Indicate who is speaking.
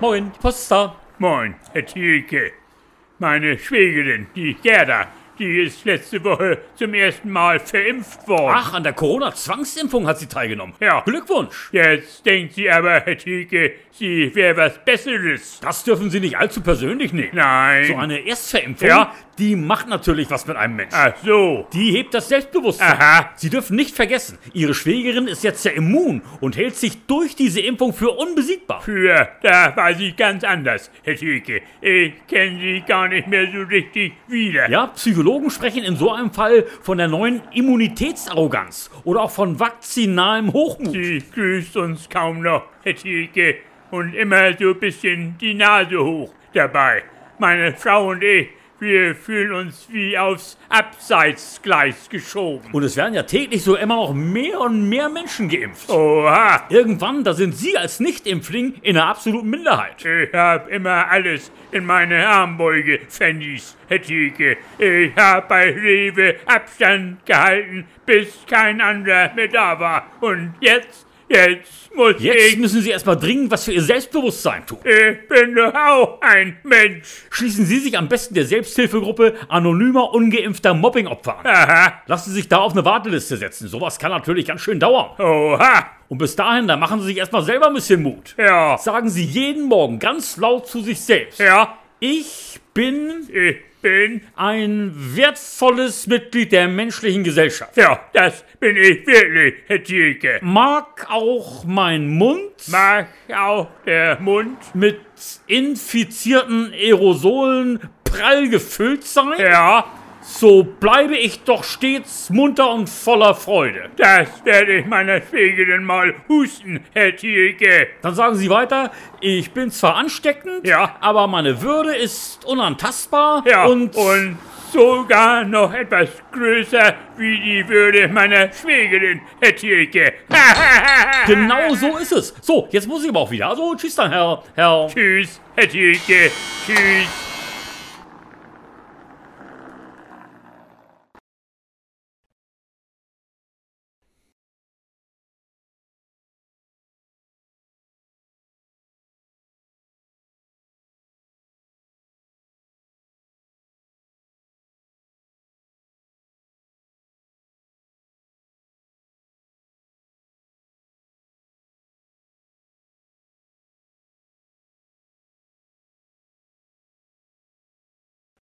Speaker 1: Moin, die Post ist da.
Speaker 2: Moin, Herr Thielke. Meine Schwägerin, die Gerda, die ist letzte Woche zum ersten Mal verimpft worden.
Speaker 1: Ach, an der Corona-Zwangsimpfung hat sie teilgenommen.
Speaker 2: Ja.
Speaker 1: Glückwunsch.
Speaker 2: Jetzt denkt sie aber, Herr Thielke, sie wäre was Besseres.
Speaker 1: Das dürfen Sie nicht allzu persönlich nehmen.
Speaker 2: Nein.
Speaker 1: So eine Erstverimpfung,
Speaker 2: Ja.
Speaker 1: die macht natürlich was mit einem Menschen.
Speaker 2: Ach so.
Speaker 1: Die hebt das Selbstbewusstsein.
Speaker 2: Aha.
Speaker 1: Sie dürfen nicht vergessen, Ihre Schwägerin ist jetzt ja immun und hält sich durch diese Impfung für unbesiegbar.
Speaker 2: Früher, da war sie ganz anders, Herr Thielke. Ich kenne sie gar nicht mehr so richtig wieder.
Speaker 1: Ja, Psychologen sprechen in so einem Fall von der neuen Immunitätsarroganz oder auch von vakzinalem Hochmut.
Speaker 2: Sie grüßt uns kaum noch, Herr Thielke. Und immer so ein bisschen die Nase hoch dabei. Meine Frau und ich, wir fühlen uns wie aufs Abseitsgleis geschoben.
Speaker 1: Und es werden ja täglich so immer noch mehr und mehr Menschen geimpft.
Speaker 2: Oha,
Speaker 1: Irgendwann, da sind Sie als Nichtimpfling in einer absoluten Minderheit.
Speaker 2: ich hab immer alles in meine Armbeuge, Pfennigs, Herr Thielke. Ich hab bei Rewe Abstand gehalten, bis kein anderer mehr da war. Und jetzt, jetzt muss
Speaker 1: Jetzt
Speaker 2: ich...
Speaker 1: müssen Sie erstmal dringend was für Ihr Selbstbewusstsein tun.
Speaker 2: Ich bin doch auch ein Mensch.
Speaker 1: Schließen Sie sich am besten der Selbsthilfegruppe anonymer, ungeimpfter Mobbingopfer an.
Speaker 2: Aha,
Speaker 1: Lassen Sie sich da auf eine Warteliste setzen. Sowas kann natürlich ganz schön dauern.
Speaker 2: oha.
Speaker 1: Und bis dahin, da machen Sie sich erstmal selber ein bisschen Mut.
Speaker 2: Ja,
Speaker 1: Sagen Sie jeden Morgen ganz laut zu sich selbst.
Speaker 2: ja,
Speaker 1: Ich bin
Speaker 2: ich bin.
Speaker 1: ein wertvolles Mitglied der menschlichen Gesellschaft.
Speaker 2: Ja, das bin ich wirklich, Herr Thielke.
Speaker 1: Mag auch mein Mund
Speaker 2: Mach auch der Mund.
Speaker 1: mit infizierten Aerosolen prall gefüllt sein,
Speaker 2: Ja,
Speaker 1: so bleibe ich doch stets munter und voller Freude.
Speaker 2: das werde ich meiner Schwägerin mal husten, Herr Thielke.
Speaker 1: Dann sagen Sie weiter, ich bin zwar ansteckend,
Speaker 2: Ja.
Speaker 1: aber meine Würde ist unantastbar
Speaker 2: Ja,
Speaker 1: und,
Speaker 2: und sogar noch etwas größer wie die Würde meiner Schwägerin, Herr Thielke.
Speaker 1: genau so ist es. So, jetzt muss ich aber auch wieder. Also tschüss dann, Herr, Herr.
Speaker 2: Tschüss, Herr Thielke. Tschüss.